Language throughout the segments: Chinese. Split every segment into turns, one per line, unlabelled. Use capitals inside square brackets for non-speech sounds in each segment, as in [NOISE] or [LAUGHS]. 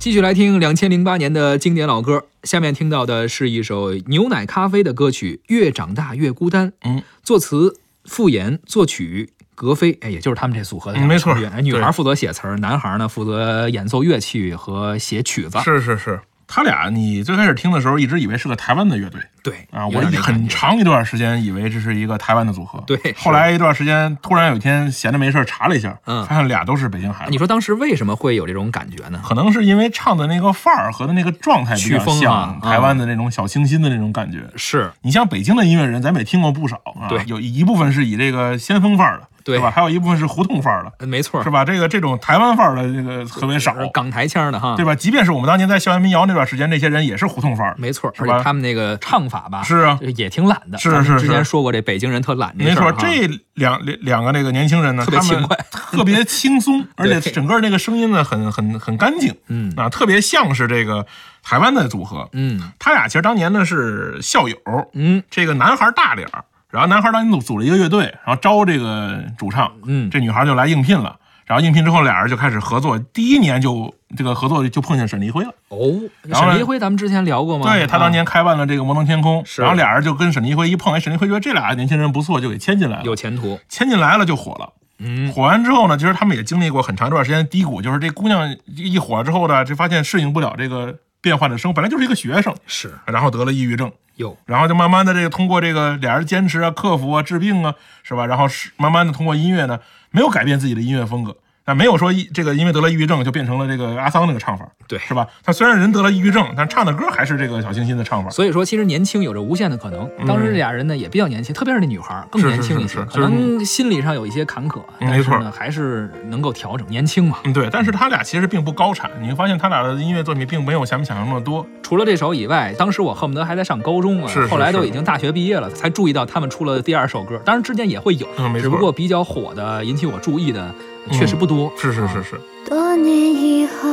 继续来听两千零八年的经典老歌，下面听到的是一首牛奶咖啡的歌曲《越长大越孤单》。
嗯，
作词傅岩，作曲格飞，哎，也就是他们这组合的
嗯没错
成员哎女孩
对
负责写词儿，男孩呢负责演奏乐器和写曲子。
是是是，他俩你最开始听的时候一直以为是个台湾的乐队
对
啊，
有
我
点
一
这感
很
觉
长一段时间以为这是一个台湾的组合。
对是
后来一段时间突然有一天闲着没事儿查了一下，
嗯
发现俩都是北京孩子。
你说当时为什么会有这种感觉呢？
可能是因为唱的那个范儿和那个状态比
曲
较
风啊
像
嗯
台湾的那种小清新的那种感觉。
是
你像北京的音乐人，咱们也听过不少啊，
对
有一部分是以这个先锋范儿的，
对
吧？还有一部分是胡同范儿的，
呃没错儿，
是吧？这个这种台湾范儿的这个特别少，
港台腔儿的哈，
对吧？即便是我们当年在校园民谣那段时间，那些人也是胡同范儿，
没错儿，
是
而
吧
且他们那个唱法吧，
是啊
也挺懒的。
是
咱们
是
之
是
前说过这北京人特懒这
没
事
错
儿哈，。
这两两两个那个年轻人呢，
特别
他们
勤快
[LAUGHS] 特别
[LAUGHS]
轻松，而且整个那个声音呢，很很很干净，
嗯
啊，特别像是这个台湾的组合。
嗯
他俩其实当年呢是校友，
嗯
这个男孩大点儿，然后男孩当年组组了一个乐队，然后招这个主唱，
嗯，
这女孩就来应聘了。然后应聘之后，俩人就开始合作。第一年就这个合作就碰见沈黎辉了。
哦，
然后呢
沈黎辉咱们之前聊过吗？
对他当年开办了这个摩登天空，
啊是
然后俩人就跟沈黎辉一碰，哎，沈黎辉觉得这俩年轻人不错，就给签进来
啊
了。
有前途。
签进来了就火了。
嗯，
火完之后呢，其实他们也经历过很长一段时间的低谷，就是这姑娘一一火了之后呢，就发现适应不了这个变化的生活，本来就是一个学生，
是
然后得了抑郁症，
有
然后就慢慢的这个通过这个俩人坚持啊、克服啊、治病啊，是吧？然后是慢慢的通过音乐呢，没有改变自己的音乐风格，但没有说一这个因为得了抑郁症就变成了这个阿桑那个唱法，
对
是吧？他虽然人得了抑郁症，但唱的歌还是这个小清新的唱法。
所以说，其实年轻有着无限的可能。当时这俩人呢也比较年轻，特别是那女孩儿更
嗯是
年轻一
是
些，
是
可能心理上有一些坎坷，啊
嗯
但是
没
呢还是能够调整，年轻嘛。
嗯，对，但是他俩其实并不高产，你会发现他俩的音乐作品并没有咱们想象那么多，
除了这首以外，当时我恨不得还在上高中啊，
是是
后来都已经大学毕业了，才注意到他们出了第二首歌。当然之间也会有，
嗯没错嗯
只不过比较火的、引起我注意的确实不多。
是是是是，
多年以后，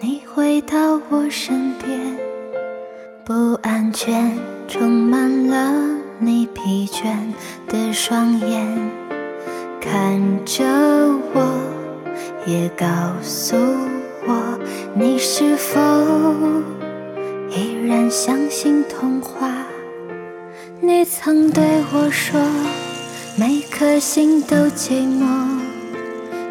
你回到我身边，不安全充满了你疲倦的双眼，看着我，也告诉我，你是否依然相信童话？你曾对我说，每颗心都寂寞。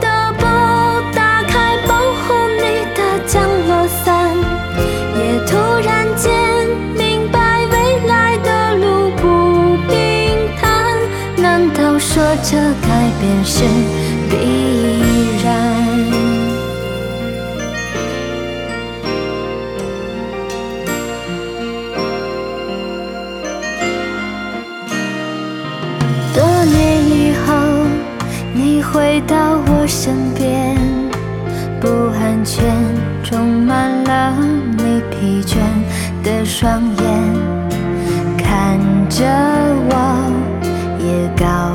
得不打开保护你的降落伞。也突然间明白未来的路不平坦。难道说这改变是必然？多年以后，你回到我身边，不安全充满了你疲倦的双眼，看着我，也告